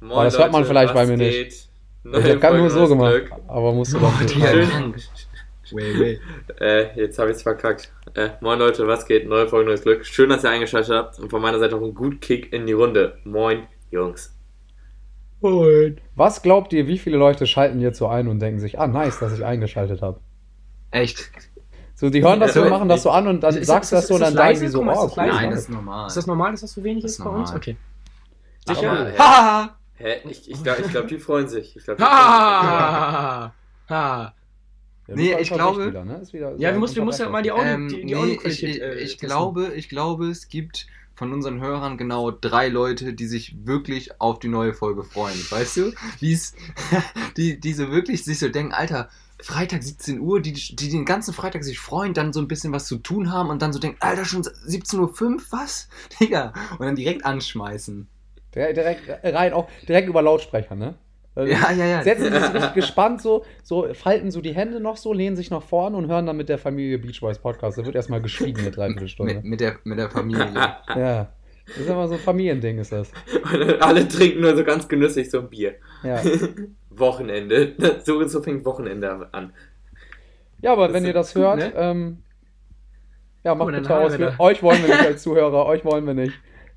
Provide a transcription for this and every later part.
Moin, aber das Leute, hört man vielleicht bei mir geht? nicht. Neue ich habe nur so gemacht, Glück. aber musst du doch nicht. Way, way. Äh, jetzt habe ich es verkackt. Äh, moin Leute, was geht? Neue Folge, neues Glück. Schön, dass ihr eingeschaltet habt und von meiner Seite auch einen guten Kick in die Runde. Moin, Jungs. Moin. Was glaubt ihr, wie viele Leute schalten hierzu ein und denken sich, ah, nice, dass ich eingeschaltet habe? Echt? So, die hören das so, machen das so an und dann sagst du das so und dann denken die so, oh, ist das cool. Nein, das ist normal. Ist das normal, dass das so wenig Das ist ist bei uns? normal. Okay. Aber, Sicher? ja. Haha! Hä? Ich, ich glaube, ich glaub, die freuen sich. Ich glaub, die freuen Haha! Haha! Ja, Nee, Lukas ich hat recht glaube- wieder, ne? Ist wieder- Ja, wir mussten- wir mussten unterbrechen. ja mal die Augen- Ähm, die- die nee, ich, Audioqualität, ich, äh, ich, testen. glaube, ich glaube, es gibt von unseren Hörern genau drei Leute, die sich wirklich auf die neue Folge freuen. Weißt du? Die's, die, die so wirklich sich so denken, Alter, Freitag 17 Uhr, die, die den ganzen Freitag sich freuen, dann so ein bisschen was zu tun haben und dann so denken, Alter, schon 17.05 Uhr, was? Digga. Und dann direkt anschmeißen. Direkt, direkt rein, auch direkt über Lautsprecher, ne? Also, Ja, ja, ja. Setzen sich richtig gespannt so, so, falten so die Hände noch so, lehnen sich nach vorne und hören dann mit der Familie Beach Boys Podcast. Da wird erstmal geschwiegen eine Mit, Dreiviertelstunde. mit, der, mit der Familie. Ja. Das ist immer so ein Familiending, ist das. sich. Und alle trinken nur so ganz genüsslich so ein Bier. Ja, Wochenende. So, so fängt Wochenende an. ja aber Das wenn ist ihr das gut, hört, ne? ähm, ja, macht Oh, dann bitte haben wir aus. Wir, da. euch wollen wir nicht als Zuhörer, euch wollen wir nicht.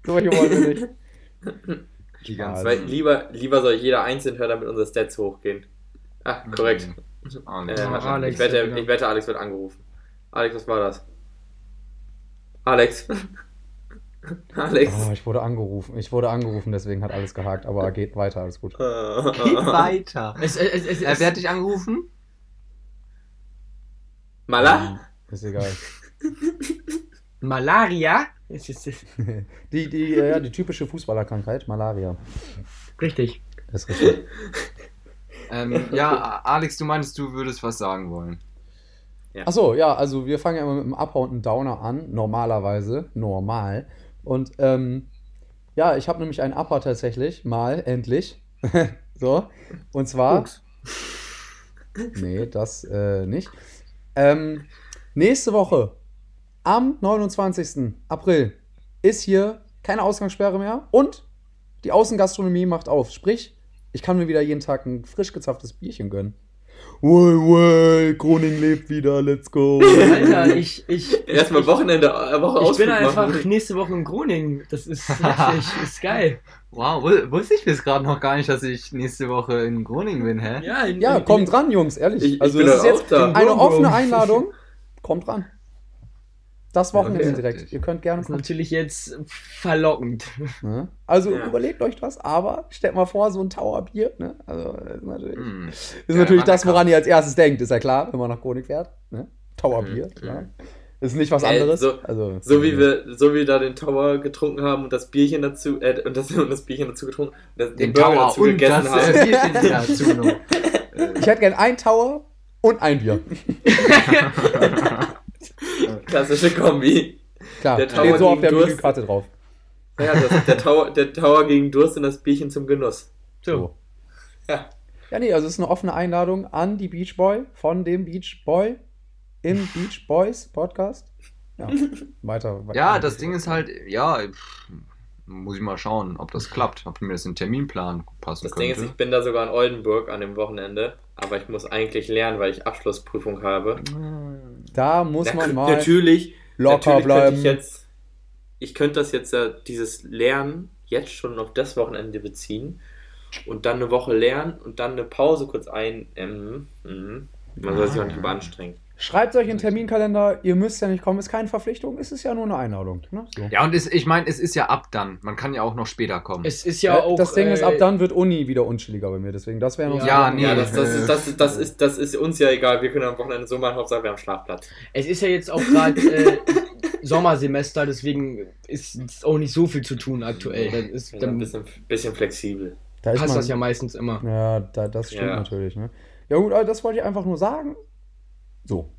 So, euch wollen wir nicht. Die ganze Weil lieber, lieber soll jeder einzeln hören, damit unsere Stats hochgehen. Ah, korrekt. Ah, nee. Äh, Ja, Alex, Alex, genau. ich, wette, ja. ich wette, Alex wird angerufen. Alex, was war das? Alex. Alex. Oh, ich wurde angerufen. Ich wurde angerufen, deswegen hat alles gehakt, aber geht weiter, alles gut. Geht weiter. Es, es, es, Äh, es, wer hat dich angerufen? Mala? Ähm, Ist egal. Malaria? Es ist, es, Die, die, äh, ja, die typische Fußballerkrankheit, Malaria. richtig. Das ist richtig. Ähm, ja, Alex, du meinst, du würdest was sagen wollen. Achso, ja, also wir fangen ja immer mit einem Upper und einem Downer an, normalerweise, normal. Und ähm, ja, ich habe nämlich einen Upper tatsächlich, mal, endlich. so, und zwar. Ups. Nee, das äh, nicht. Ähm, nächste Woche, am 29. April, ist hier keine Ausgangssperre mehr und die Außengastronomie macht auf. Sprich, ich kann mir wieder jeden Tag ein frisch gezapftes Bierchen gönnen. Way, way, Groning lebt wieder, let's go. Alter, ich, ich, Erstmal Wochenende, äh, Woche ich Ausflug bin einfach machen. nächste Woche in Groningen. Das ist heftig, ist geil. Wow, wu- wusste ich bis gerade noch gar nicht, dass ich nächste Woche in Groningen bin, hä? Ja, in, Ja, in, kommt dran, Jungs, ehrlich. Ich- ich also, bin das ist dann auch jetzt da. eine Wurm, offene Wurm. Einladung. Kommt dran. Das Wochenende Okay. direkt. Ihr könnt gerne Das ist kommen. natürlich jetzt verlockend. Ne? Also, Ja. überlegt euch das, aber stellt mal vor, so ein Towerbier. Ne? Also, das ist natürlich, Hm. ist Ja, natürlich Mann, das, woran ihr als erstes denkt, ist ja klar, wenn man nach Chronik fährt. Ne? Towerbier, Mhm. klar. Ist nicht was Äh, anderes. so- also, So wie wir, so wie wir da den Tower getrunken haben und das Bierchen dazu, äh, und das, und das Bierchen dazu getrunken, das, Den Tower dazu und gegessen das haben. äh, Bierchen dazu noch. Ich hätte gern ein Tower und ein Bier. Klassische Kombi. Klar, Der Tower steht so auf gegen der Durst. Menükarte drauf. Ja, das, der, Tower, der Tower gegen Durst und das Bierchen zum Genuss. So. Ja. Ja, nee, also es ist eine offene Einladung an die Beach Boy von dem Beach Boy im Beach Boys Podcast. Ja, weiter. weiter Ja, das Ding ist halt, ja, pff, muss ich mal schauen, ob das klappt, ob mir das in den Terminplan passen Das Ding könnte. ist, ich bin da sogar in Oldenburg an dem Wochenende, aber ich muss eigentlich lernen, weil ich Abschlussprüfung habe. Da muss Na, man kö- mal natürlich, locker natürlich bleiben. Könnte ich, jetzt, ich könnte das jetzt, ja, dieses Lernen jetzt schon auf das Wochenende beziehen und dann eine Woche lernen und dann eine Pause kurz ein. Ähm, mhm. Man soll sich auch nicht überanstrengen. Schreibt euch in den Terminkalender, ihr müsst ja nicht kommen, ist keine Verpflichtung, es ist ja nur eine Einladung. Ne? So. ja, und es, ich meine, es ist ja ab dann. Man kann ja auch noch später kommen. Es ist ja, Äh, auch. das Ding ist, ab äh, dann wird Uni wieder unschilliger bei mir, deswegen das wäre noch Ja, nee. Ja, das, das, ist, das, ist, das, ist, das ist uns ja egal. Wir können am Wochenende so machen, Hauptsache wir haben Schlafplatz. Es ist ja jetzt auch gerade äh, Sommersemester, deswegen ist es auch nicht so viel zu tun aktuell. Dann, ist, Dann ein dann bisschen, bisschen flexibel. da ist passt man, das ja meistens immer. Ja, da, das stimmt Ja. natürlich. Ne? Ja gut, aber das wollte ich einfach nur sagen. So.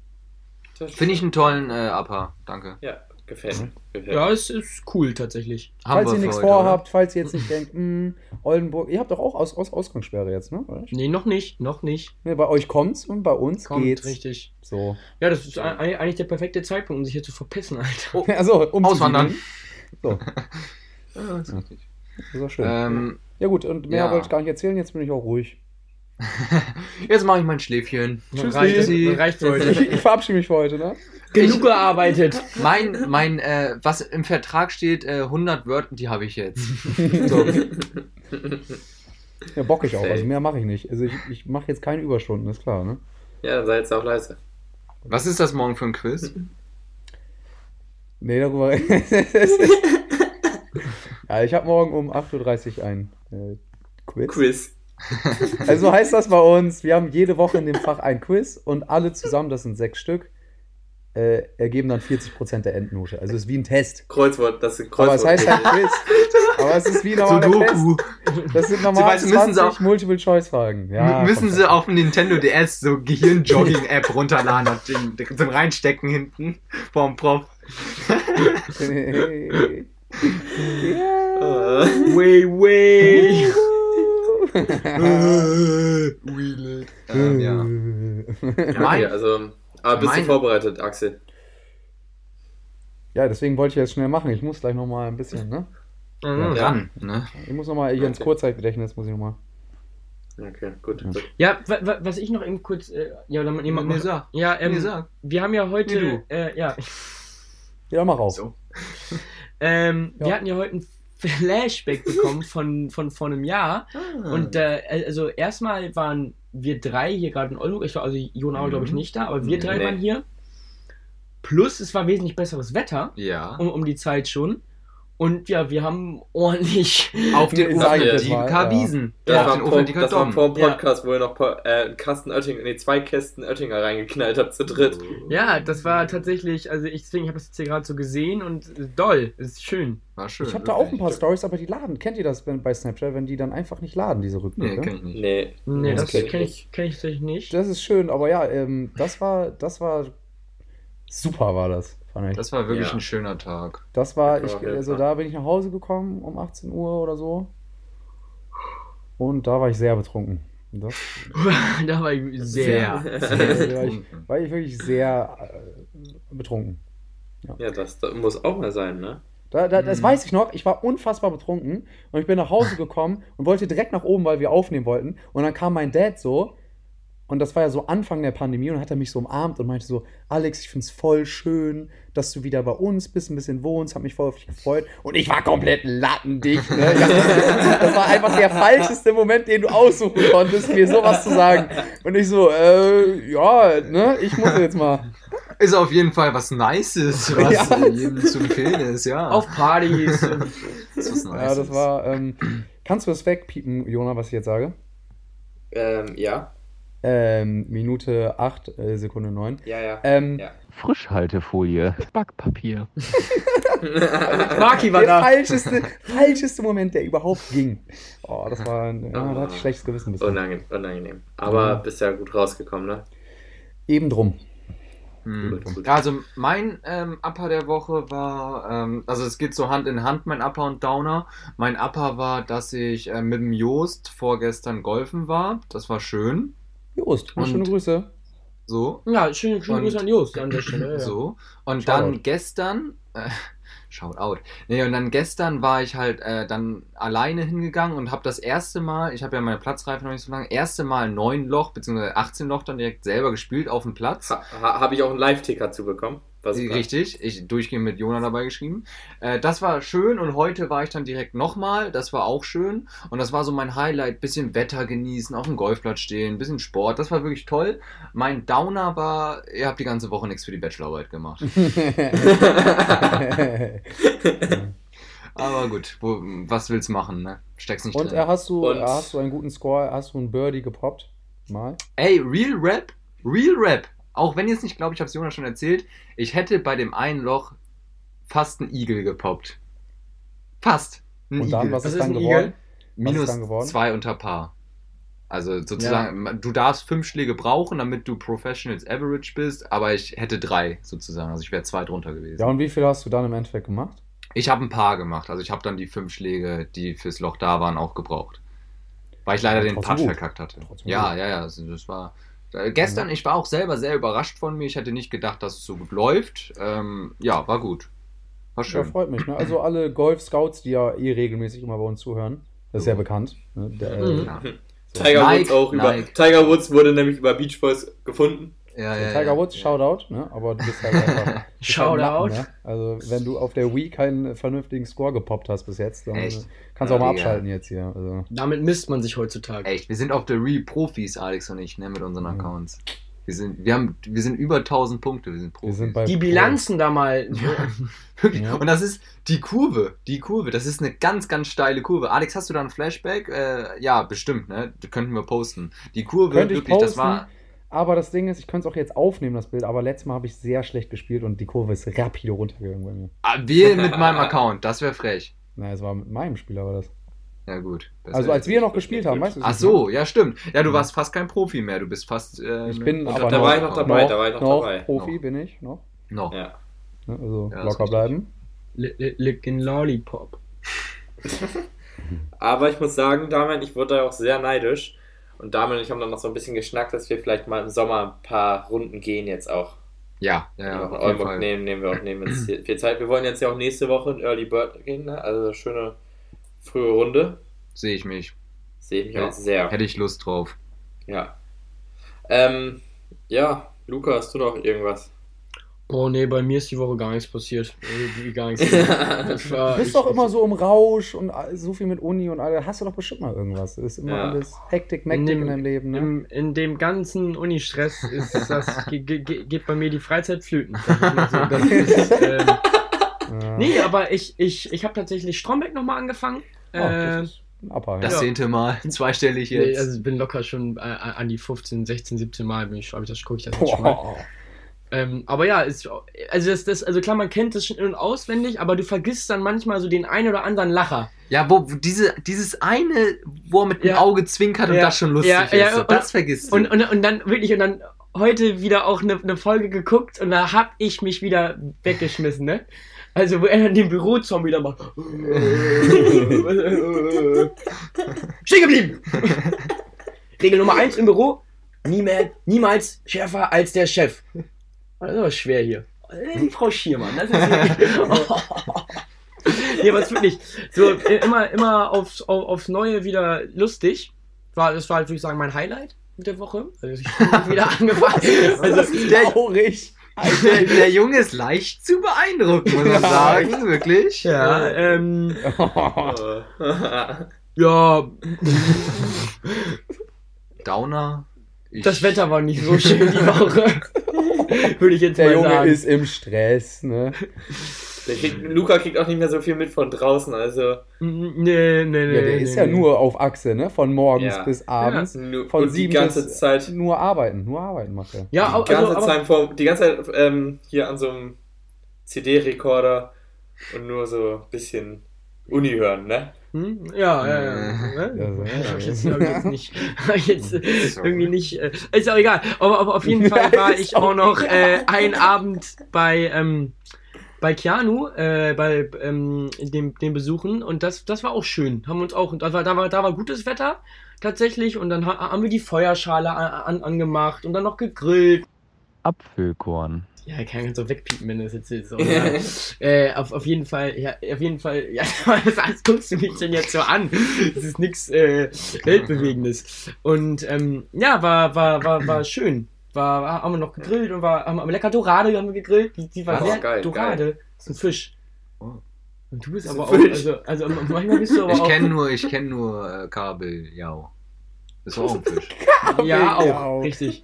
Finde ich einen tollen äh, Upper. Danke. Ja, gefällt mir. Gefällt Ja, es ist cool tatsächlich. Haben falls wir ihr für nichts heute, vorhabt, falls ihr jetzt nicht denkt, hm, Oldenburg, ihr habt doch auch Aus Aus Ausgangssperre jetzt, ne? Oder? Nee, noch nicht, noch nicht. Ne, Bei euch kommt's und bei uns Kommt geht's. richtig. So. Ja, das ist ei- ei- eigentlich der perfekte Oh, Zeitpunkt, um sich hier zu verpissen, Alter. Also, um Auswandern. So. oder? Ja, das ist richtig. Das war schön. Ähm, ja, gut, und mehr ja. wollte ich gar nicht erzählen. Jetzt bin ich auch ruhig. jetzt mache ich mein Schläfchen. Tschüssi. Reicht, reicht Ich, heute. ich verabschiede mich für heute, ne? Genug gearbeitet. Mein, mein, äh, was im Vertrag steht, äh, 100 Wörter, die habe ich jetzt. So. Ja, bock ich auch. Ey. Also mehr mache ich nicht. Also ich, ich mache jetzt keine Überstunden, ist klar, ne? Ja, dann sei jetzt auch leise. Was ist das morgen für ein Quiz? Nee, darüber. ja, ich habe morgen um 8.30 Uhr ein äh, Quiz. Quiz. Also so heißt das bei uns. Wir haben jede Woche in dem Fach ein Quiz und alle zusammen, das sind sechs Stück, äh, ergeben dann 40% der Endnote. Also es ist wie ein Test. Kreuzwort, das ist Aber Kreuzwort. es heißt halt Quiz. Aber es ist wie ein normaler Test. Sudoku. Das sind normal Sebastian, müssen Sie 20 auch- Multiple-Choice-Fragen. Ja, M- Müssen komm sie schon. auf dem Nintendo DS so Gehirn-Jogging-App runterladen und den, den zum Reinstecken hinten vom Prof. Ja. Ah. Way, way. ähm, ja. Hm. Ja, okay, also, aber bist Mein- du vorbereitet, Axel? ja, deswegen wollte ich jetzt schnell machen. Ich muss gleich nochmal ein bisschen, ne? Mhm. Ja, ran, ne? Ich muss nochmal hier ins Okay. Kurzzeitgedächtnis, muss ich nochmal. Okay, gut. Ja. Ja, wa- wa- was ich noch eben kurz. Äh, ja, damit niemand. Nee, macht- sag. Ja, ähm, Nee, sag. wir haben ja heute. Äh, ja, Ja, mach auf. So. ähm, Ja. wir hatten ja heute ein Flashback bekommen von, von vor einem Jahr. Und Ah. äh, also erstmal waren wir drei hier gerade in Oldenburg. Ich war also Jonau, Mhm. glaube ich, nicht da, aber wir drei Nee. waren hier. Plus, es war wesentlich besseres Wetter Ja. um, um die Zeit schon. Und ja, wir haben ordentlich. Auf den Ich sag Ufern jetzt die mal, Karwiesen. Das, Auf war, den vor, Ufern die das war vor Kartoffeln. dem Podcast, wo ihr noch paar, äh, einen Kasten Oettinger, nee, zwei Kästen Oettinger reingeknallt habt zu dritt. Ja, das war tatsächlich, also ich deswegen habe das jetzt hier gerade so gesehen und äh, doll, es ist schön. War Ah, schön. Ich habe da auch ein paar Stories, aber die laden. Kennt ihr das wenn, bei Snapchat, wenn die dann einfach nicht laden, diese Nee, Rückblicke? kenn ich nicht. Nee, Nee, das das kenn ich kenne ich, nicht. kenn ich tatsächlich nicht. Mhm. Das ist schön, aber ja, ähm, das war, das war super, war das, fand ich. Das, Das war wirklich Ja. ein schöner Tag. war, Ja, ich, auf jeden also Fall. da bin ich nach Hause gekommen um 18 Uhr oder so. Und da war ich sehr betrunken. Und Das, da war ich sehr. da war, ich, war ich wirklich sehr äh, betrunken. Ja, das, das muss auch mal sein, ne? Da, da, das Mhm. weiß ich noch, ich war unfassbar betrunken und ich bin nach Hause gekommen und wollte direkt nach oben, weil wir aufnehmen wollten. Und dann kam mein Dad so, und das war ja so Anfang der Pandemie, und dann hat er mich so umarmt und meinte so, Alex, ich find's voll schön, dass du wieder bei uns bist, ein bisschen wohnst, hab mich voll auf dich gefreut. Und ich war komplett lattendicht. Ne? Ich hab, das war einfach der falscheste Moment, den du aussuchen konntest, mir sowas zu sagen. Und ich so, äh, ja, ne, ich muss jetzt mal. Ist auf jeden Fall was Nices, was Ja. äh, jedem zu empfehlen ist, ja. Auf Partys. äh, ist was Ja, das war, ähm, kannst du das wegpiepen, Jona, was ich jetzt sage? Ähm, ja. Ähm, Minute 8, äh, Sekunde 9. Ja, ja. Ähm, Ja. Frischhaltefolie, Backpapier. Marki war Der da. falscheste, falscheste Moment, der überhaupt ging. Oh, das war ein, ja, da hatte ich schlechtes Gewissen ein bisschen. Unangenehm, unangenehm. Aber Mhm. bist ja gut rausgekommen, ne? Eben drum. Hm. Gut, gut. Also mein ähm, Upper der Woche war, ähm, also es geht so Hand in Hand, mein Upper und Downer. Mein Upper war, dass ich äh, mit dem Joost vorgestern golfen war. Das war schön. Joost, Und- schöne Grüße. So. Ja, schöne, schöne Und- Grüße an Joost an der Stelle. Ja. So. Und Shoutout. dann gestern, äh, shout out. Nee, und dann gestern war ich halt äh, dann alleine hingegangen und habe das erste Mal, ich habe ja meine Platzreife noch nicht so lange, erste Mal neun Loch, beziehungsweise 18 Loch dann direkt selber gespielt auf dem Platz. Ha, ha, Habe ich auch einen Live-Ticker zu bekommen? Was Richtig, ich durchgehend mit Jona dabei geschrieben. Äh, das war schön und heute war ich dann direkt nochmal. Das war auch schön und das war so mein Highlight. Bisschen Wetter genießen, auf dem Golfplatz stehen, bisschen Sport. Das war wirklich toll. Mein Downer war, ihr habt die ganze Woche nichts für die Bachelorarbeit gemacht. Aber gut, wo, was willst machen, ne? Steckst nicht Und drin. äh, hast du, Und- äh, hast du einen guten Score, hast du einen Birdie gepoppt? Mal. Ey, Real Rap, Real Rap. Auch wenn ihr es nicht glaubt, ich hab's Jona schon erzählt, ich hätte bei dem einen Loch fast einen Igel gepoppt. Fast. Ein Und dann, Igel. was Was ist ist dann ein geworden? Was ist Minus dann geworden? zwei unter Paar. Also sozusagen, du darfst fünf Schläge brauchen, damit du Professionals Average bist, aber ich hätte drei sozusagen. Also ich wäre zwei drunter gewesen. Ja, und wie viel hast du dann im Endeffekt gemacht? Ich habe ein Paar gemacht. Also ich habe dann die fünf Schläge, die fürs Loch da waren, auch gebraucht. Weil ich leider Ja, den trotzdem Putt gut. verkackt hatte. Trotzdem Ja, gut. ja, ja. Also das war. Äh, gestern, ich war auch selber sehr überrascht von mir. Ich hätte nicht gedacht, dass es so gut läuft. Ähm, ja, war gut. War Ja, schön. freut mich. Ne? Also alle Golf-Scouts, die ja eh regelmäßig immer bei uns zuhören. Das ist ja bekannt. Ne? Der, äh, Mhm. Ja, Tiger Nike, Woods auch über. Nike. Tiger Woods wurde nämlich über Beach Boys gefunden. ja, der ja. Tiger ja. Woods, Shoutout. Ne? Aber du bist halt einfach. du bist halt ein Shoutout. Lappen, ne? Also, wenn du auf der Wii keinen vernünftigen Score gepoppt hast bis jetzt, dann Echt? kannst du auch Ja, mal Digga. abschalten jetzt hier. Also, Damit misst man sich heutzutage. Echt, wir sind auf der Re-Profis, Alex und ich, ne, mit unseren Mhm. Accounts. Wir sind, wir haben, wir sind über 1000 Punkte, wir sind Profis. wir sind bei Die Bilanzen da mal. ne? Wirklich. Ja. Und das ist die Kurve, die Kurve, das ist eine ganz, ganz steile Kurve. Alex, hast du da ein Flashback? Äh, ja, bestimmt, ne? Das könnten wir posten. Die Kurve, Könnte ich wirklich, das posten. war. Aber das Ding ist, ich könnte es auch jetzt aufnehmen, das Bild, aber letztes Mal habe ich sehr schlecht gespielt und die Kurve ist rapide runtergegangen bei mir. Ah, Wir mit meinem Account, das wäre frech. Naja, es war mit meinem Spieler war das. Ja, gut. Das Also wär- als wir noch gespielt haben, weißt du? Ach das so, ja, stimmt. Ja, du Mhm. warst fast kein Profi mehr. Du bist fast. Äh, Ich bin mit- aber da noch- war ich noch dabei, da war ich noch noch dabei. Profi Noch. bin ich noch. Noch. Ja. Ne, Also Ja, ist locker richtig. bleiben. Li- li- Lick in Lollipop. Aber ich muss sagen, Damian, ich wurde da auch sehr neidisch. Und Damian und ich haben dann noch so ein bisschen geschnackt, dass wir vielleicht mal im Sommer ein paar Runden gehen jetzt auch. Ja, ja, ja. Noch Auf jeden Oldenburg Fall. nehmen, nehmen wir auch, nehmen uns hier viel Zeit. Wir wollen jetzt ja auch nächste Woche in Early Bird gehen, ne? Also eine schöne frühe Runde. Sehe ich mich. Sehe ich mich Ja. auch sehr. Hätte ich Lust drauf. Ja. Ähm, ja, Luca, hast du noch irgendwas? Oh nee, bei mir ist die Woche gar nichts passiert. Irgendwie Gar nichts. Das war- Du bist ich- doch immer so im Rausch und all- so viel mit Uni und all. Hast du doch bestimmt mal irgendwas. Ist immer Ja. alles Hektik, Mektik Nimm- in deinem Leben. Ne? Im, in dem ganzen Uni-Stress ist das, ge, ge, ge, geht bei mir die Freizeit flöten. sag ich mal so. Das ist, ähm, Ja. nee, aber ich, ich, ich habe tatsächlich Stromberg nochmal angefangen. Oh, äh, das ist ein Abhalt. Das Ja. zehnte Mal, zweistellig nee, jetzt. also ich bin locker schon äh, an die 15, 16, 17 Mal bin ich, hab ich das gucke ich das jetzt schon mal. Boah. Ähm, aber ja, ist, also das, das, also klar, man kennt das schon in- und auswendig, aber du vergisst dann manchmal so den einen oder anderen Lacher. ja, wo wo diese, dieses eine, wo er mit dem Ja. Auge zwinkert und Ja. das schon lustig Ja, ist. ja, so, und- das vergisst du. Und, und, und dann wirklich, und dann heute wieder auch eine eine Folge geguckt und da hab ich mich wieder weggeschmissen, ne? Also, wo er dann den Bürozombie da macht. Stehen geblieben! Regel Nummer eins im Büro: nie mehr, niemals schärfer als der Chef. Das ist aber schwer hier. Die Frau Schiermann, das ist hier. Nee, aber es wirklich so äh, immer, immer aufs, auf, aufs Neue wieder lustig. War, das war, halt, würde ich sagen, mein Highlight mit der Woche. Also ich hab wieder angefangen. Das Also, ist traurig. der, der Junge ist leicht zu beeindrucken, muss man Ja, sagen. Wirklich. ja, ähm, ja, ja, Downer. Ich- das Wetter war nicht so schön die Woche. Würde ich jetzt Der mal Junge sagen. ist im Stress. Ne? Der kriegt, Luca kriegt auch nicht mehr so viel mit von draußen, also. Mm, Nee, nee, nee. Ja, der nee, ist ja nee. nur auf Achse, ne? Von morgens Ja. bis abends. nu- Von und die sieben ganze bis- Zeit. Die Nur arbeiten, nur arbeiten macht er. Genau. Ja, au- also, ganze aber, Zeit, vor, die ganze Zeit ähm, hier an so einem CD-Rekorder und nur so ein bisschen Uni hören, ne? Hm? Ja, ja, ja. Äh, also, ja. Das ist, glaub ich, jetzt nicht. Jetzt äh, Sorry. irgendwie nicht. Äh, ist auch egal. Aber, aber auf jeden Fall Ja, war ist ich auch auch noch äh, einen Abend bei, ähm, bei Keanu, äh, bei ähm, dem, dem Besuchen. Und das, das war auch schön. Haben uns auch, da war, da war, da war gutes Wetter tatsächlich. Und dann ha haben wir die Feuerschale an, an, angemacht und dann noch gegrillt. Apfelkorn. Ja, kann ich so wegpiepen, wenn das jetzt ist. Oder? Also, Äh, auf, auf jeden Fall, ja, auf jeden Fall, ja, was guckst du mich denn jetzt so an? Das ist nichts äh, Weltbewegendes. Und ähm, ja, war, war, war, war schön. War, war, haben wir noch gegrillt und war, haben, haben lecker Dorade haben wir gegrillt. Die, die war Ach, sehr geil, Dorade. Das ist ein Fisch. Oh. Und du bist Das ist aber auch, ein Fisch. also, also manchmal bist du aber Ich auch. kenne nur, ich kenne nur äh, Kabeljau. Das war auch ein Fisch. ja, auch, Ja, auch. richtig.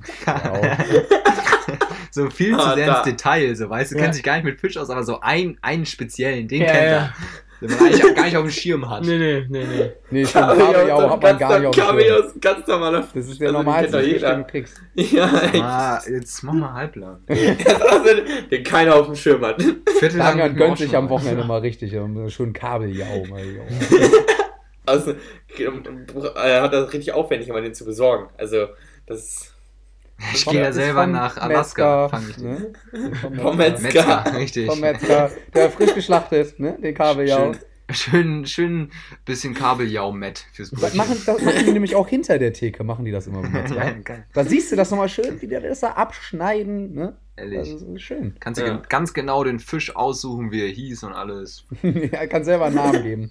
So viel zu Ah, sehr da. ins Detail, so weißt du, Ja. kennst dich gar nicht mit Fisch aus, aber so einen, einen speziellen, den Ja, kennt ja. er. Den man eigentlich auch gar nicht auf dem Schirm hat. Nee, nee, nee, nee. Nee, stimmt, Kabeljau hat man gar nicht auf dem Schirm. Cameos, ganz normaler F- Das ist der Also, den normalste kennt doch Fisch, jeder. den du kriegst. Ja, echt. Ah, jetzt mach mal halblang. Also, den keiner auf dem Schirm hat. Viertel Damian gönnt sich am Wochenende mal richtig. ähm, Schön Kabeljau. mal, ja. Also, er äh, hat das richtig aufwendig, um den zu besorgen. Also, das Ich gehe ja Ist selber vom nach Alaska. Metzger, Fang ich den. ne? Vom Vom Metzger. Metzger. Metzger, richtig. Vom Metzger. Der frisch geschlachtet, ne? Den Kabeljau. Schön, schön, schön bisschen Kabeljau-Met fürs Das Brötchen. machen, das machen die nämlich auch hinter der Theke, machen die das immer. beim Metzger. Geil. Da siehst du das nochmal schön, wie der das da abschneiden, ne? Das Ehrlich. ist schön. Kannst du Ja. gen- ganz genau den Fisch aussuchen, wie er hieß und alles. er kann selber einen Namen geben.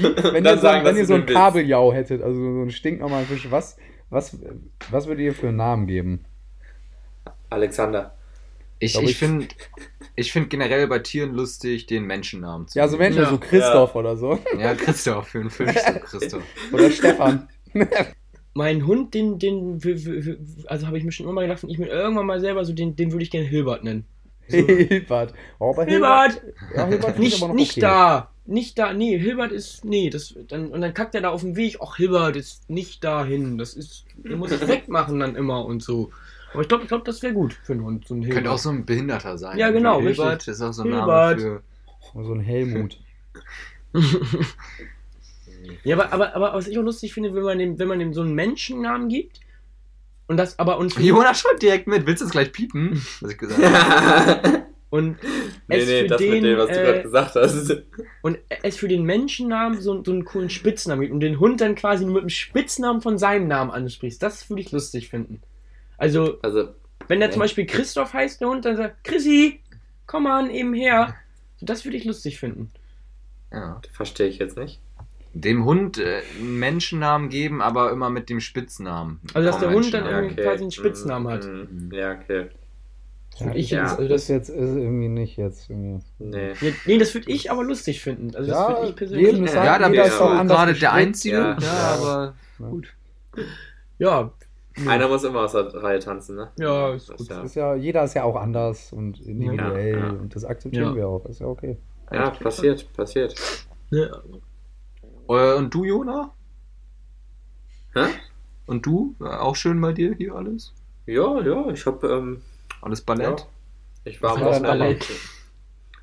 Wenn ihr Dann so, sagen, wenn was ihr du so ein willst. Kabeljau hättet, also so einen stinknormalen Fisch, was, was, was würdet ihr für einen Namen geben? Alexander. Ich, Glaub ich, ich. finde ich find generell bei Tieren lustig, den Menschennamen zu Ja, so Menschen, Ja. so Christoph oder so. geben. Ja, Christoph, für einen Fisch so Christoph. Oder Stefan. Mein Hund, den, den, w- w- w- also habe ich mir schon immer mal gedacht, und ich mir irgendwann mal selber so, den, den würde ich gerne Hilbert nennen. So. Hilbert. Oh, aber Hilbert! Ja, Hilbert finde ich Nicht, aber noch nicht okay. da! Nicht da, nee, Hilbert ist, nee, das, dann, und dann kackt er da auf dem Weg, ach, Hilbert ist nicht dahin, das ist, den muss ich wegmachen dann immer und so. Aber ich glaube, ich glaube, das wäre gut für einen Hund, so ein Hilbert. Könnte auch so ein Behinderter sein. Ja, genau, Hilbert ist auch so ein Hilbert. Name für. Oh, So ein Helmut. Ja, aber, aber, aber was ich auch lustig finde, wenn man dem, wenn man dem so einen Menschennamen gibt und das aber uns Jona schreibt direkt mit. Willst du es gleich piepen? Was ich gesagt habe. nee, und es nee, für das den, mit dem, was du gerade äh, gesagt hast. und es für den Menschennamen so, so einen coolen Spitznamen gibt und den Hund dann quasi mit dem Spitznamen von seinem Namen ansprichst, das würde ich lustig finden. Also, Also, wenn der zum Beispiel Christoph heißt, der Hund, dann sagt, Chrissy, komm an, eben her. Das würde ich lustig finden. Ja. verstehe ich jetzt nicht. Dem Hund äh, einen Menschennamen geben, aber immer mit dem Spitznamen. Also, dass der Vom Hund dann Menschennamen. irgendwie quasi einen Spitznamen Mm, hat. mm, Ja, okay. Ja, ich, ja. also das das, ist jetzt ist irgendwie nicht jetzt. Irgendwie. Nee. ja, nee, das würde ich aber lustig finden. Also, das Ja, würde ich jedem persönlich. ist Ja, Ja, sein, da jeder bist ist du auch anders gerade der gestrickt. Einzige. Ja. Ja, Ja. aber Ja. gut. Ja, Einer muss immer aus der Reihe tanzen, ne? Ja, ist Das gut. ja, Ist ja, jeder ist ja auch anders und individuell Ja, ja. und das akzeptieren Ja. wir auch. Ist ja okay. ja, passiert, passiert. ne, Äh, Und du, Jona? Hä? Und du? Äh, Auch schön bei dir hier alles? Ja, ja, ich hab, ähm, Alles ja. Ballett? Ich war am Was war dein Wochenende.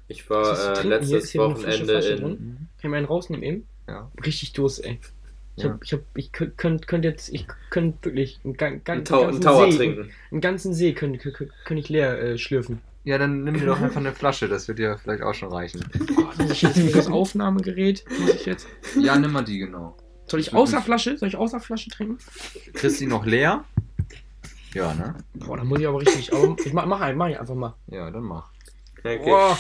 Ich Was ist zu war äh, trinken? Hier ist letztes hier eine frische Wochenende Flasche in. drin. Mhm. Kann ich meinen rausnehmen eben? Ja. Richtig Durst, ey. Ich, Ja. hab, ich, hab, ich könnt, könnt könnt jetzt, ich könnte wirklich einen, gan- gan- Einen, Tau einen ganzen Tower See, trinken. Einen ganzen See könnte könnt, könnt ich leer äh, schlürfen. Ja, dann nimm dir doch einfach eine Flasche, das wird dir vielleicht auch schon reichen. das Aufnahmegerät muss ich jetzt. Ja, nimm mal die, genau. Soll ich Wird außer nicht- Flasche? Soll ich außer Flasche trinken? Kriegst die noch leer? Ja, ne? Boah, dann muss ich aber richtig. Aber ich mach, mach, ein- mach ich einfach mal. Ja, dann mach. Okay. Boah,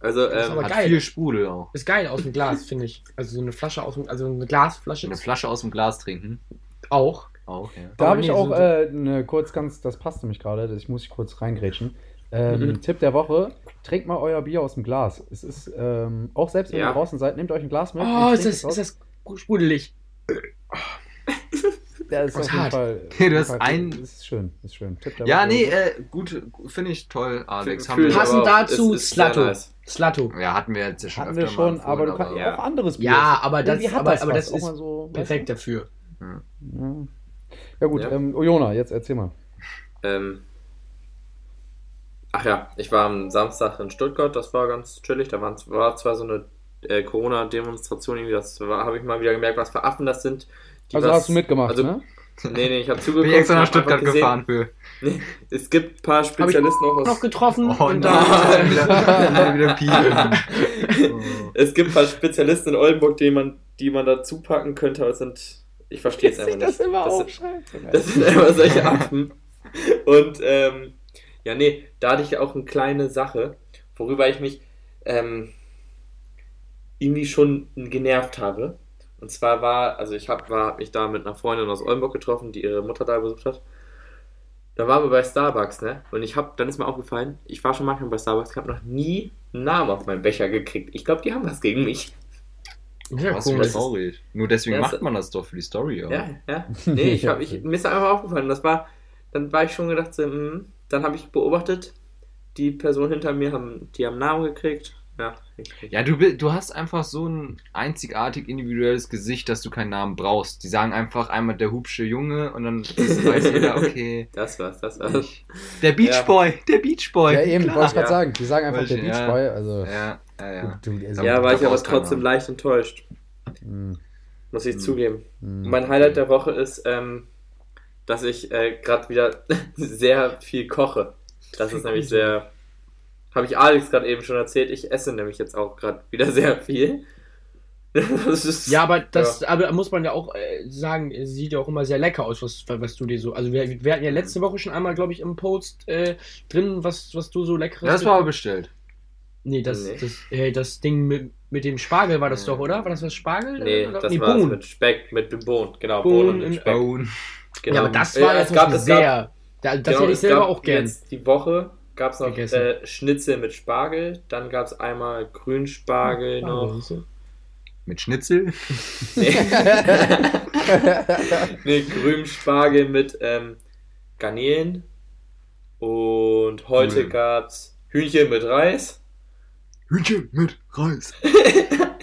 Also, Das ist ähm, aber- Hat geil. viel Sprudel auch. ist geil aus dem Glas, finde ich. Also so eine Flasche aus dem, also eine Glasflasche Eine Flasche aus dem Glas trinken. auch. Auch, ja. Da Aber habe nee, ich auch so- äh, eine kurz ganz, das passt nämlich gerade, das- ich muss ich kurz reingrätschen. Ähm, Mhm. Tipp der Woche, trinkt mal euer Bier aus dem Glas. Es ist ähm, auch selbst wenn Ja. ihr draußen seid, nehmt euch ein Glas mit. Oh, und ist trinkt das, es aus. ist das sprudelig. Ja, ist das auf jeden hart. Fall. Hey, du hast auf jeden Fall- ein- Ist schön, ist schön. Tipp der Ja, Woche. nee, äh, gut, finde ich toll, Alex. fühl ich wir- Passend aber auch, dazu, es ist sehr Slatto. nice. Slato. ja, hatten wir jetzt ja schon hatten öfter wir mal schon, empfohlen, aber du kannst ja. auch anderes Bier. Ja, aber das, Irgendwie hat aber, aber was, das auch ist mal so, perfekt dafür. weißt du? Ja, ja gut, Ja. ähm, Jona, jetzt erzähl mal. Ähm, ach ja, ich war am Samstag in Stuttgart, das war ganz chillig. Da waren, war zwar so eine äh, Corona-Demonstration, irgendwie, das habe ich mal wieder gemerkt, was für Affen das sind. die Also was- hast du mitgemacht, also- ne? Nee, nee, ich habe Bin zugeguckt. ich extra und nach hab Stuttgart einfach gesehen, gefahren für. Es gibt ein paar Spezialisten auch aus. noch getroffen Oh und nein, dann wieder, wieder, wieder piepen. Es gibt ein paar Spezialisten in Oldenburg, die man, die man dazu packen könnte, aber es sind. Ich verstehe es einfach nicht. sind- Das sind immer solche Affen. Und ähm, ja, nee, da hatte ich ja auch eine kleine Sache, worüber ich mich ähm, irgendwie schon genervt habe. Und zwar war, also ich habe hab mich da mit einer Freundin aus Oldenburg getroffen, die ihre Mutter da besucht hat. Da waren wir bei Starbucks, ne? Und ich habe, dann ist mir aufgefallen, ich war schon manchmal bei Starbucks, ich habe noch nie einen Namen auf meinen Becher gekriegt. Ich glaube, die haben was gegen mich. Ja, Was für komisch. traurig. Nur deswegen Ja, macht ist- man das doch für die Story. auch. Ja, ja. Nee, ich hab, ich, mir ist einfach aufgefallen. Das war, dann war ich schon gedacht, so, hm, dann habe ich beobachtet, die Person hinter mir haben, die haben Namen gekriegt. Ja, ich, ich- Ja, du, bi- du hast einfach so ein einzigartig individuelles Gesicht, dass du keinen Namen brauchst. Die sagen einfach einmal der hübsche Junge und dann ist- weiß jeder, okay. das war's, das war's. Ich. Der Beach Ja. Boy, der Beach Boy. Ja, eben, wollte ich klar. gerade sagen. Die sagen einfach Wollte der ich- Beach ja. Boy. Also, Ja, ja, ja. du, du- also, Ja, war ich aber brauchst keinen trotzdem Namen. leicht enttäuscht, mh, muss ich Hm. zugeben. mh. Mein Highlight der Woche ist, ähm, dass ich äh, gerade wieder sehr viel koche. Das ist nämlich sehr. Habe ich Alex gerade eben schon erzählt. Ich esse nämlich jetzt auch gerade wieder sehr viel. Das ist, Ja, aber das aber muss man ja auch äh, sagen, es sieht ja auch immer sehr lecker aus, was, was du dir so. Also wir, wir hatten ja letzte Woche schon einmal, glaube ich, im Post äh, drin, was, was du so leckeres. Das war aber bestellt. nee, das, Nee. Das, äh, das Ding mit, mit dem Spargel war das doch, oder? War das was Spargel? Nee, oder? das war es Bohnen. mit Speck, mit dem Bohnen, genau, Bohnen Bohnen und im- Speck. Genau. Ja, aber das war Äh, jetzt gab, sehr. da, das genau, hätte ich es selber gab auch gern. Jetzt die Woche gab es noch gegessen. äh, Schnitzel mit Spargel, dann gab es einmal Grünspargel genau. Ah, noch. Mit Schnitzel? Nee, nee Grünspargel mit ähm, Garnelen. Und heute Mhm. gab's Hühnchen mit Reis. Hühnchen mit Reis.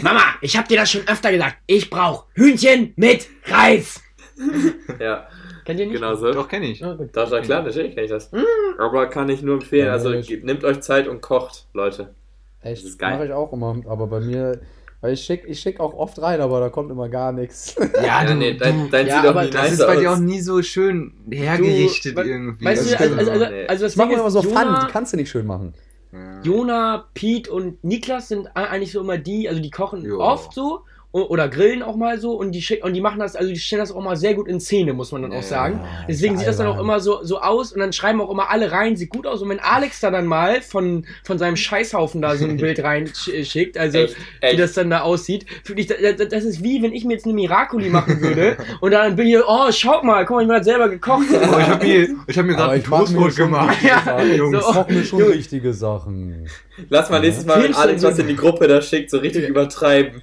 Mama, ich hab dir das schon öfter gesagt. Ich brauch Hühnchen mit Reis. Ja, Kennt ihr nicht? genau so. Doch, kenne ich. Ah, gut. Das war klar, natürlich kenne ich das. Mm. Aber kann ich nur empfehlen. Ja, Also ich- ge- nehmt euch Zeit und kocht, Leute. Echt, Das ist geil. mache ich auch immer. Aber bei mir, weil ich schicke ich schick auch oft rein, aber da kommt immer gar nichts. Ja, du- nee, dein, du- dein ja, sieht doch aber nie Das nice ist bei dir auch aus. nie so schön hergerichtet wa- irgendwie. Weißt Das genau. du, also, stimmt. also, also, Nee. also das Das machen Ding wir immer ist, so Jona- Fun, die kannst du nicht schön machen. Ja. Jona, Pete und Niklas sind a- eigentlich so immer die, also die kochen Ja. oft so o- oder grillen auch mal so und die schick- und die machen das, also die stellen das auch mal sehr gut in Szene, muss man dann Ja. auch sagen. Ja, Deswegen sieht das dann auch albern. immer so, so aus und dann schreiben auch immer alle rein, sieht gut aus. Und wenn Alex da dann mal von, von seinem Scheißhaufen da so ein Bild reinschickt, also Echt, wie echt. das dann da aussieht. Wirklich, da- da- das ist wie, wenn ich mir jetzt eine Miracoli machen würde und dann bin ich, oh, schaut mal, guck mal, ich mir das selber gekocht. Oh, ich habe mir, ich hab mir gerade Aber ein ich mach mir Toastbrot schon gemacht. Ja, Ich Jungs. so. koche mir schon Junge. richtige Sachen. Lass mal nächstes Mal, wenn Filmchen Alex was sind- in die Gruppe da schickt, so richtig übertreiben.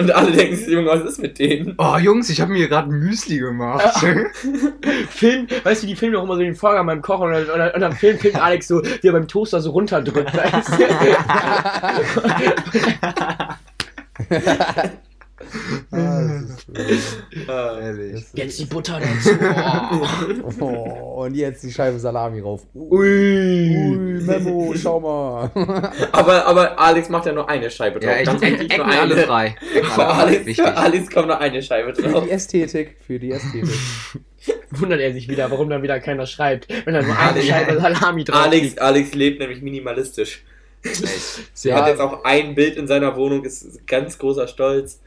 Und alle denken sich, Junge, was ist mit denen? Oh, Jungs, ich habe mir gerade ein Müsli gemacht. Film, weißt du, die filmen auch immer so den Vorgang beim Kochen und, dann- und, dann- und dann filmt, filmt Alex so, wie er beim Toaster so runterdrückt. Weißt du? Ah, das ist, Ah, Äh, Ehrlich. das ist, die Butter dazu. Oh. oh, und jetzt die Scheibe Salami rauf. Ui, Ui. Memo, schau mal. aber, aber Alex macht ja nur eine Scheibe drauf. Ja, echt, Ganz Ecken wichtig, nur alle eine. frei. Ecken Für alle frei. Alex, Wichtig. für Alex kommt nur eine Scheibe Für drauf. die Ästhetik, für die Ästhetik. Wundert er sich wieder, warum dann wieder keiner schreibt, wenn dann nur eine Scheibe Salami drauf Alex, liegt. Alex lebt nämlich minimalistisch. Er hat Ja. jetzt auch ein Bild in seiner Wohnung, ist ganz großer Stolz.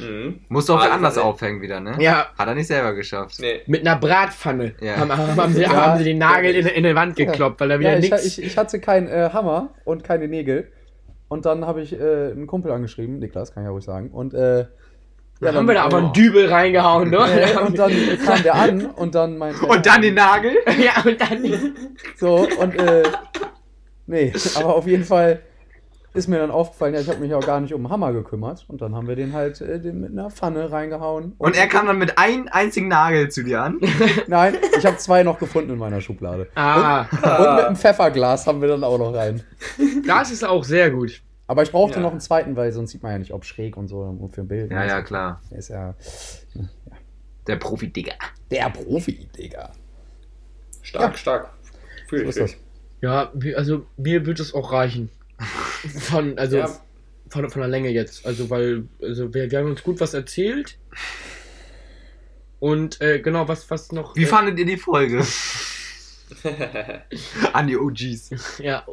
Mhm. Musst du auch Alex- anders aufhängen wieder, ne? Ja, Hat er nicht selber geschafft. Nee. mit einer Bratpfanne Ja. haben, haben, haben, sie, Ja. haben sie den Nagel in, in die Wand gekloppt, weil da wieder Ja, ich, nichts... ich, ich hatte keinen äh, Hammer und keine Nägel. Und dann habe ich äh, einen Kumpel angeschrieben, Niklas, kann ich ja ruhig sagen. Und äh, Da ja, haben dann- wir da aber einen Dübel reingehauen, ne? Äh, und dann kam der an und dann meinte Und dann den Nagel? ja, und dann... So, und äh, nee, aber auf jeden Fall ist mir dann aufgefallen, ja, ich habe mich auch gar nicht um den Hammer gekümmert. Und dann haben wir den halt äh, den mit einer Pfanne reingehauen. Und er kam dann mit einem einzigen Nagel zu dir an. Nein, ich habe zwei noch gefunden in meiner Schublade. Ah, Und mit Ah, einem Pfefferglas haben wir dann auch noch rein. das ist auch sehr gut. Aber ich brauchte Ja. noch einen zweiten, weil sonst sieht man ja nicht, ob schräg und so und für ein Bild. Also, Ja, ja, klar. Der ist ja Der Profi, Digga. der Profi, Digga. stark, stark. Fühl So ich ist das. mich. Ja, wie- also mir wird es auch reichen. Von, also Ja. von, von der Länge jetzt. Also, weil, also wir, wir haben uns gut was erzählt. Und äh, genau, was, was noch. Wie äh, fandet ihr die Folge? An die OGs. Ja,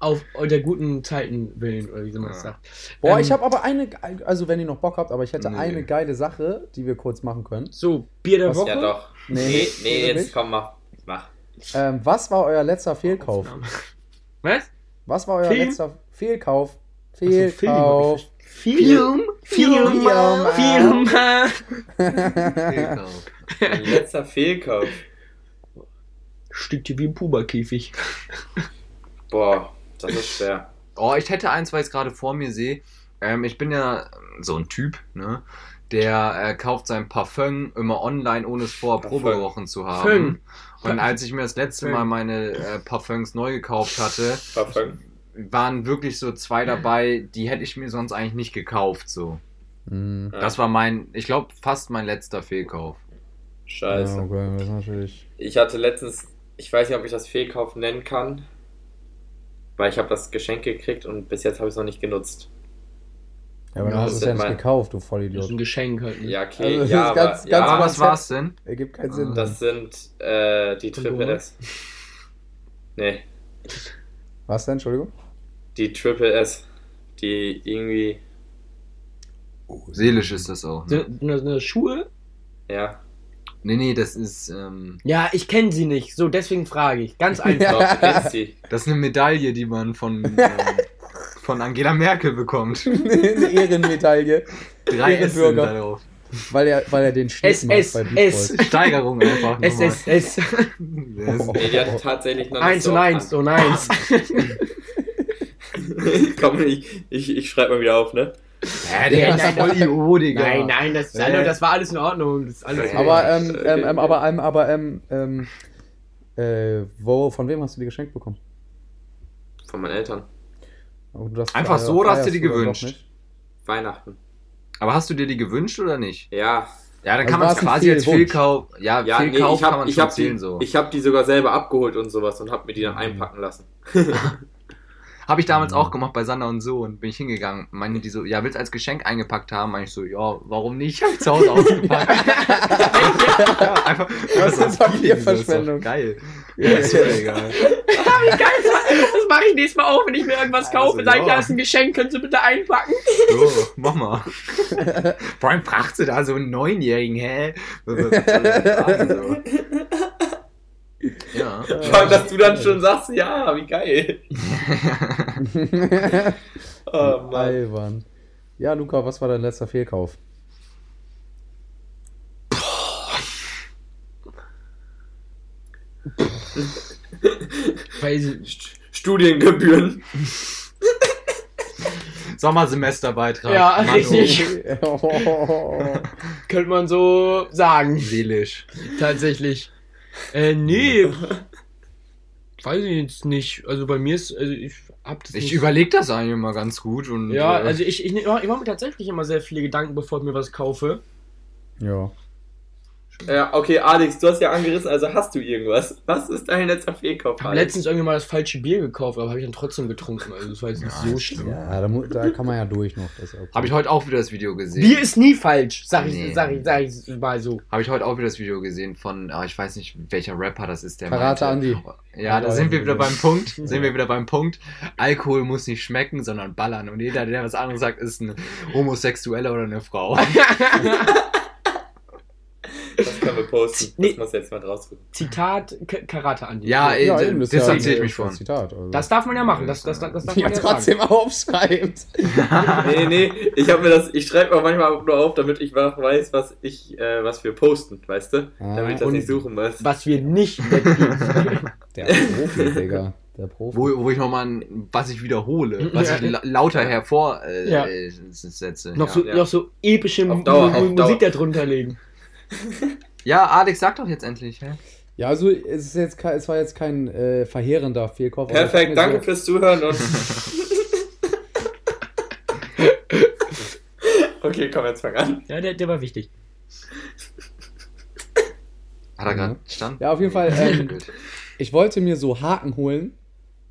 auf der guten Zeiten willen, oder wie man das Ja. sagt. Boah, Ähm, ich habe aber eine, also wenn ihr noch Bock habt, aber ich hätte Nee. eine geile Sache, die wir kurz machen können. So, Bier der Was- Woche. Ja, doch. Nee, nee, oder jetzt nicht? komm, mach. Mach. Ähm, was war euer letzter Fehlkauf? Was? Was war euer Fehl- letzter Fehlkauf? Film, hab Fehlkauf. ich verstanden. Film. Film. Firma. Film. Genau. Mein letzter Fehlkauf. Stückt dir wie ein Puberkäfig. Boah, das ist schwer. Oh, ich hätte eins, weil ich es gerade vor mir sehe. Ähm, ich bin ja so ein Typ, ne? Der äh, kauft sein Parfum immer online, ohne es vorher Parfum. Probewochen zu haben. Parfum. Und als ich mir das letzte Parfum. Mal meine äh, Parfums neu gekauft hatte, Verfangen. waren wirklich so zwei dabei, die hätte ich mir sonst eigentlich nicht gekauft. So, Hm. Ja. das war mein, ich glaube, fast mein letzter Fehlkauf. Scheiße. Ja, okay, das ist natürlich. Ich hatte letztens, ich weiß nicht, ob ich das Fehlkauf nennen kann, weil ich habe das Geschenk gekriegt und bis jetzt habe ich es noch nicht genutzt. Ja, aber Ja, dann hast du das es ja ist nicht mein- gekauft, du Das ist ein Vollidiot. Geschenk halt. ne? Ja, okay, Also, das ja, ist aber, ganz- ganz ja, Aber was was war's denn? Ergibt keinen Sinn. das sind äh, die Triple Kondome? S. Nee, Was denn, Entschuldigung? die Triple S, die irgendwie Seelisch ist das auch. Ne? Sind, sind das- sind das Schuhe? Ja. Nee, nee, das ist, ähm, Ja, ich kenne sie nicht. So, deswegen frage ich. Ganz einfach. Doch, du kennst sie. das ist eine Medaille, die man von, ähm, von Angela Merkel bekommt. Eine Ehrenmedaille. Drei S sind Ehrenbürger. da drauf. Weil er, weil er den Schnitt S, macht S, bei Beat S. Boys. Steigerung einfach. nochmal. SSS. Das ist- Nee, die hatte tatsächlich noch 1 und 1 und 1. Komm, ich, ich, ich schreibe mal wieder auf, ne? Ja, der ist Nein, voll Idiot, Digga. Nein, nein, das, Äh. hallo, das war alles in Ordnung. Das ist alles Aber, ähm, ähm, ähm, aber, ähm, aber, ähm, ähm, äh, wo, von wem hast du die geschenkt bekommen? Von meinen Eltern. Oh, du das Einfach so, oder hast du die feierst gewünscht? doch nicht? Weihnachten. Aber hast du dir die gewünscht oder nicht? Ja. Ja, dann Also kann man es war es ein quasi als Fehlwunsch. Fehlkauf. Ja, Ja, nee, ich Fehlkauf kann habe man ich schon hab zählen die, so. Mhm. ich hab die sogar selber abgeholt und sowas und habe mir die dann einpacken lassen. Habe ich damals auch gemacht bei Sander und so und bin ich hingegangen. Meine die so, ja, willst du als Geschenk eingepackt haben? Meine ich so, ja, warum nicht? Hab ich zu Hause ausgepackt. ja, einfach, Das einfach ist so ein Feeling, so, Papierverschwendung. ist doch Geil. Ja, ist mir egal. Das mache ich nächstes Mal auch, wenn ich mir irgendwas Also, kaufe, sag ich, ja. ja, ist ein Geschenk, könntest du bitte einpacken? So, mach mal. Vor allem fragt sie da so einen Neunjährigen, hä? Was soll das sagen, so? Ja. Vor allem, dass du dann schon sagst, ja, wie geil. Oh Mann. Albern. Ja, Luca, was war dein letzter Fehlkauf? St- Studiengebühren. Sommersemesterbeitrag. Ja, Manu. richtig. Oh. Könnte man so sagen, Seelisch. tatsächlich. Äh, nee. Weiß ich jetzt nicht. Also bei mir ist, also ich hab das Ich nicht. überlege das eigentlich immer ganz gut. Und, ja, äh, also ich, ich, ich mache mir tatsächlich immer sehr viele Gedanken, bevor ich mir was kaufe. ja. Ja, okay, Alex, du hast ja angerissen, also hast du irgendwas. Was ist dein letzter Fehlkauf, Ich habe Alex? letztens irgendwie mal das falsche Bier gekauft, aber habe ich dann trotzdem getrunken. Also das war jetzt nicht so schlimm. Ja, da, mu- da kann man ja durch noch. Das ist okay. Habe ich heute auch wieder das Video gesehen. Bier ist nie falsch, sag ich, Nee. sag ich, sag ich mal so. Habe ich heute auch wieder das Video gesehen von, ah, ich weiß nicht, welcher Rapper das ist, der Verrate meinte- äh, Ja, da Verrate sind wir Andi. wieder beim Punkt. Sind wir wieder beim Punkt. Alkohol muss nicht schmecken, sondern ballern. Und jeder, der was anderes sagt, ist ein Homosexueller oder eine Frau. Das können wir posten. Nee. Das muss jetzt mal rausrücken. Zitat K- Karate Andi. Ja, äh, eben, das ist distanziere ich ein- mich ein von. Zitat, also. Das darf man ja machen, das, das, das, das darf ja, man ja sagen. trotzdem aufschreibt. Nee, nee, ich habe mir das, ich schreibe mir manchmal auch nur auf, damit ich wa- weiß, was ich, äh, was wir posten, weißt du? Ah, Damit ich das und- nicht suchen muss. Was wir nicht weggeben. Der Profi, Digga. Der Profi. Wo, wo ich nochmal, was ich wiederhole, was Ja. ich la lauter hervor äh, Ja. äh, setze. noch, ja. so, ja. noch so epische Auf Dauer, Mu- auf Musik Dauer. darunter legen. ja, Alex, sag doch jetzt endlich. Hä? Ja, also es, ist jetzt, kein- es war jetzt kein äh, verheerender Fehlkauf. Oh, aber ich Perfekt, hab mir danke fürs Zuhören und. okay, komm, jetzt fang an. Ja, der, der war wichtig. Hat er Ja. gerade stand? Ja, auf jeden Fall, ähm, Gut. So, ich wollte mir so Haken holen,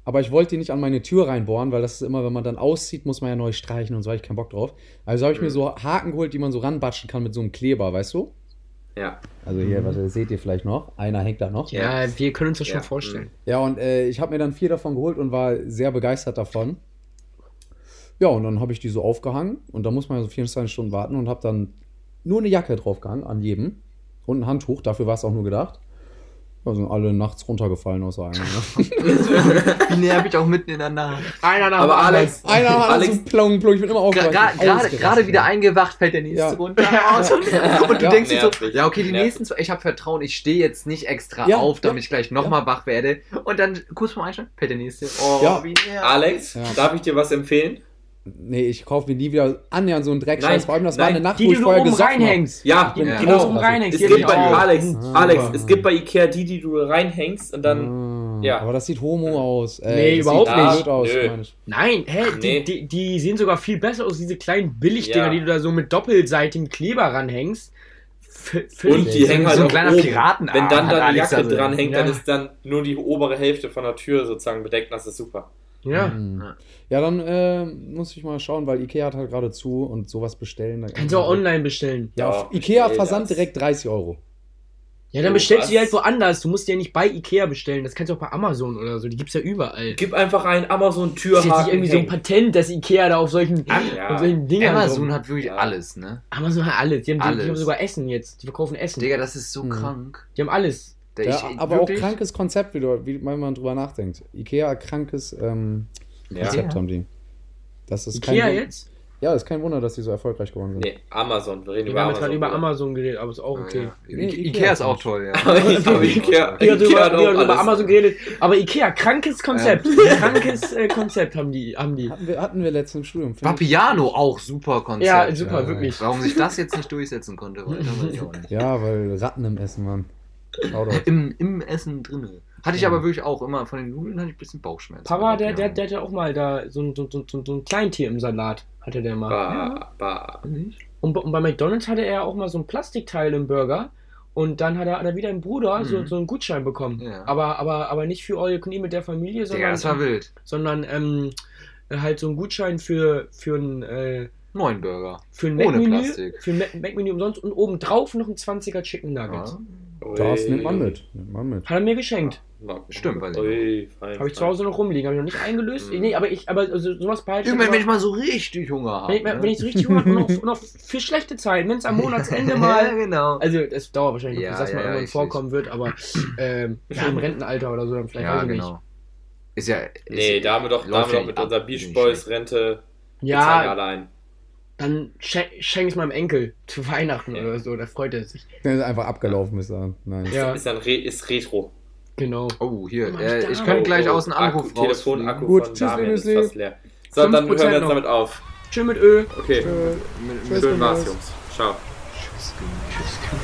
aber ich wollte die nicht an meine Tür reinbohren, weil das ist immer, wenn man dann auszieht, muss man ja neu streichen und so, hab ich keinen Bock drauf. Also habe ich mir so Haken geholt, die man so ranbatschen kann mit so einem Kleber, weißt du? Ja. Also hier, warte, seht ihr vielleicht noch. Einer hängt da noch. Ja, wir können uns das Ja. schon vorstellen. Ja, und äh, ich habe mir dann vier davon geholt und war sehr begeistert davon. Ja, und dann habe ich die so aufgehangen und da muss man ja so 24 Stunden warten und habe dann nur eine Jacke draufgehangen an jedem und ein Handtuch, dafür war es auch nur gedacht. Da sind alle nachts runtergefallen außer einer. Ne? Wie nervig auch mitten in der Nacht. Einer nach Aber dem anderen. Alex, einer hat Alex, Alex, so plong, plong, ich bin immer Gra- aufgewacht. gra- ich bin Gerade ausgerastet, gerade wieder ne? eingemunter, fällt der nächste Ja. runter. Und du Ja. denkst dir so, Nervig. ja, okay, die Nervig. nächsten zwei, ich habe Vertrauen, ich stehe jetzt nicht extra Ja, auf, damit ja, ich gleich nochmal wach werde. Und dann kurz vorm Einschlafen fällt der nächste. Oh, Ja. wie nervig. Alex, Ja. darf ich dir was empfehlen? Nee, ich kaufe mir nie wieder annähernd so einen Dreckscheiß. Nein, Vor allem, das war nein, eine Nacht, Die, wo die ich du vorher oben gesagt habe. reinhängst. Ja, bin Die Ja. du Genau. oben reinhängst. Es die gibt hab bei ich auch. Alex, Ah, Alex, super. es gibt bei Ikea die, die du reinhängst und dann. Ah, Ja. Aber das sieht homo aus. Ey, Nee, das überhaupt sieht nicht. blöd aus, Nö. meine ich. Nein, hä, Nee. die, die, die sehen sogar viel besser aus, diese kleinen Billigdinger, Ja. die du da so mit doppelseitigem Kleber ranhängst. F Und die So hängen halt ein auch kleiner oben. Piratenarm Wenn dann hat deine Alex also Jacke da drin. dranhängt, dann Ja. ist dann nur die obere Hälfte von der Tür sozusagen bedeckt. Das ist super. Ja. Mhm. Ja. Ja, dann äh, muss ich mal schauen, weil Ikea hat halt gerade zu und sowas bestellen. dann- Kannst du auch online bestellen. Ja, Ja, auf Ikea bestell Versand das. direkt 30 Euro. Ja, dann Oh, bestellst du die was? halt woanders. Du musst die ja nicht bei Ikea bestellen. Das kannst du auch bei Amazon oder so. Die gibt's ja überall. Gib einfach einen Das ist jetzt Amazon-Türhaken. nicht irgendwie so ein hängen. Patent, dass Ikea da auf solchen, Ach Ah, ja. auf solchen Dingern Amazon rum- hat wirklich Ja. alles, ne? Amazon hat alles. Die haben, Die, die haben Alles. sogar Essen jetzt. Die verkaufen Essen. Digga, das ist so Mhm. krank. Die haben alles. Da Ja, ich- aber wirklich- auch krankes Konzept, wie, du, wie wenn man drüber nachdenkt. Ikea, krankes ähm, Ja. Konzept haben die. Das ist kein Ikea Wun- jetzt? Ja, ist kein Wunder, dass die so erfolgreich geworden sind. Nee, Amazon. Wir reden Wir über haben jetzt gerade Amazon. über Amazon geredet, aber ist auch Ah, okay. ja. I Nee, Ikea, Ikea ist auch ist toll, ja. Aber Ikea- Wir haben Ikea hat über, wir auch haben über alles. Amazon geredet, aber Ikea, krankes Konzept. Krankes äh, Konzept haben die. Haben die. Hatten wir, hatten wir letztens im Studium. finde ich. Vapiano auch super Konzept. Ja, super, wirklich. Warum sich das jetzt nicht durchsetzen konnte, weiß ich auch nicht. Ja, weil Ratten im Essen waren. Shoutout. Im, Im Essen drinne. Hatte ich Ja. aber wirklich auch immer. Von den Nudeln hatte ich ein bisschen Bauchschmerzen. Papa, der, der, der hatte auch mal da so ein, so, so, so, so ein Kleintier im Salat. Hatte der mal. Bah, bah. Und, bei- und bei McDonalds hatte er auch mal so ein Plastikteil im Burger. Und dann hat er, hat er wieder ein Bruder so, Mhm. so einen Gutschein bekommen. Ja. Aber, aber, aber nicht für All You Can Eat mit der Familie, Digga, sondern, das war wild. sondern ähm, halt so einen Gutschein für, für ein, äh, Neun Burger. für ein Ohne Mac-Menü. Plastik. Für ein Mac- Mac-Menü umsonst und obendrauf noch ein 20er Chicken Nugget. Ja. Das nimmt man mit. Nimmt man mit. Hat er mir geschenkt. Stimmt, weiß ich Ui, fein, Habe ich zu fein. Hause noch rumliegen, habe ich noch nicht eingelöst. Mhm. Nee, aber ich, aber also, sowas behalte ich. Irgendwann, immer- wenn ich mal so richtig Hunger ne? habe. wenn ich, wenn ich so richtig Hunger habe, noch, noch für schlechte Zeiten, wenn es am Monatsende Ja, mal genau. Also das dauert wahrscheinlich, Ja, noch, bis das ja, mal ja, irgendwann ich vorkommen wird, aber ähm, ja, im Rentenalter oder so dann vielleicht ja, weiß ich genau. Ist ja. Ist Nee, da haben wir doch, da haben läuft wir ja doch mit ab. unserer Ist Beach nicht Boys schlecht. Rente nicht. bezahlen wir Ja, allein. dann schenk, schenk es meinem Enkel zu Weihnachten Ja. oder so, da freut er sich. Der ist einfach abgelaufen bis da. Nein. Ja, Ist dann Re ist Retro. oh, genau. Oh, hier. Mann, Äh, da. ich kann gleich aus dem Anruf Akku, raus. Mhm. Telefon, Akku Gut, von tschüss, Damian ist Lucy. fast leer. So, dann hören 5% wir jetzt noch. damit auf. Tschö mit Ö. Okay, Äh, Mit, mit Tschüss, schön war's, Lucy. Jungs. Ciao. Tschüss, Tschüss.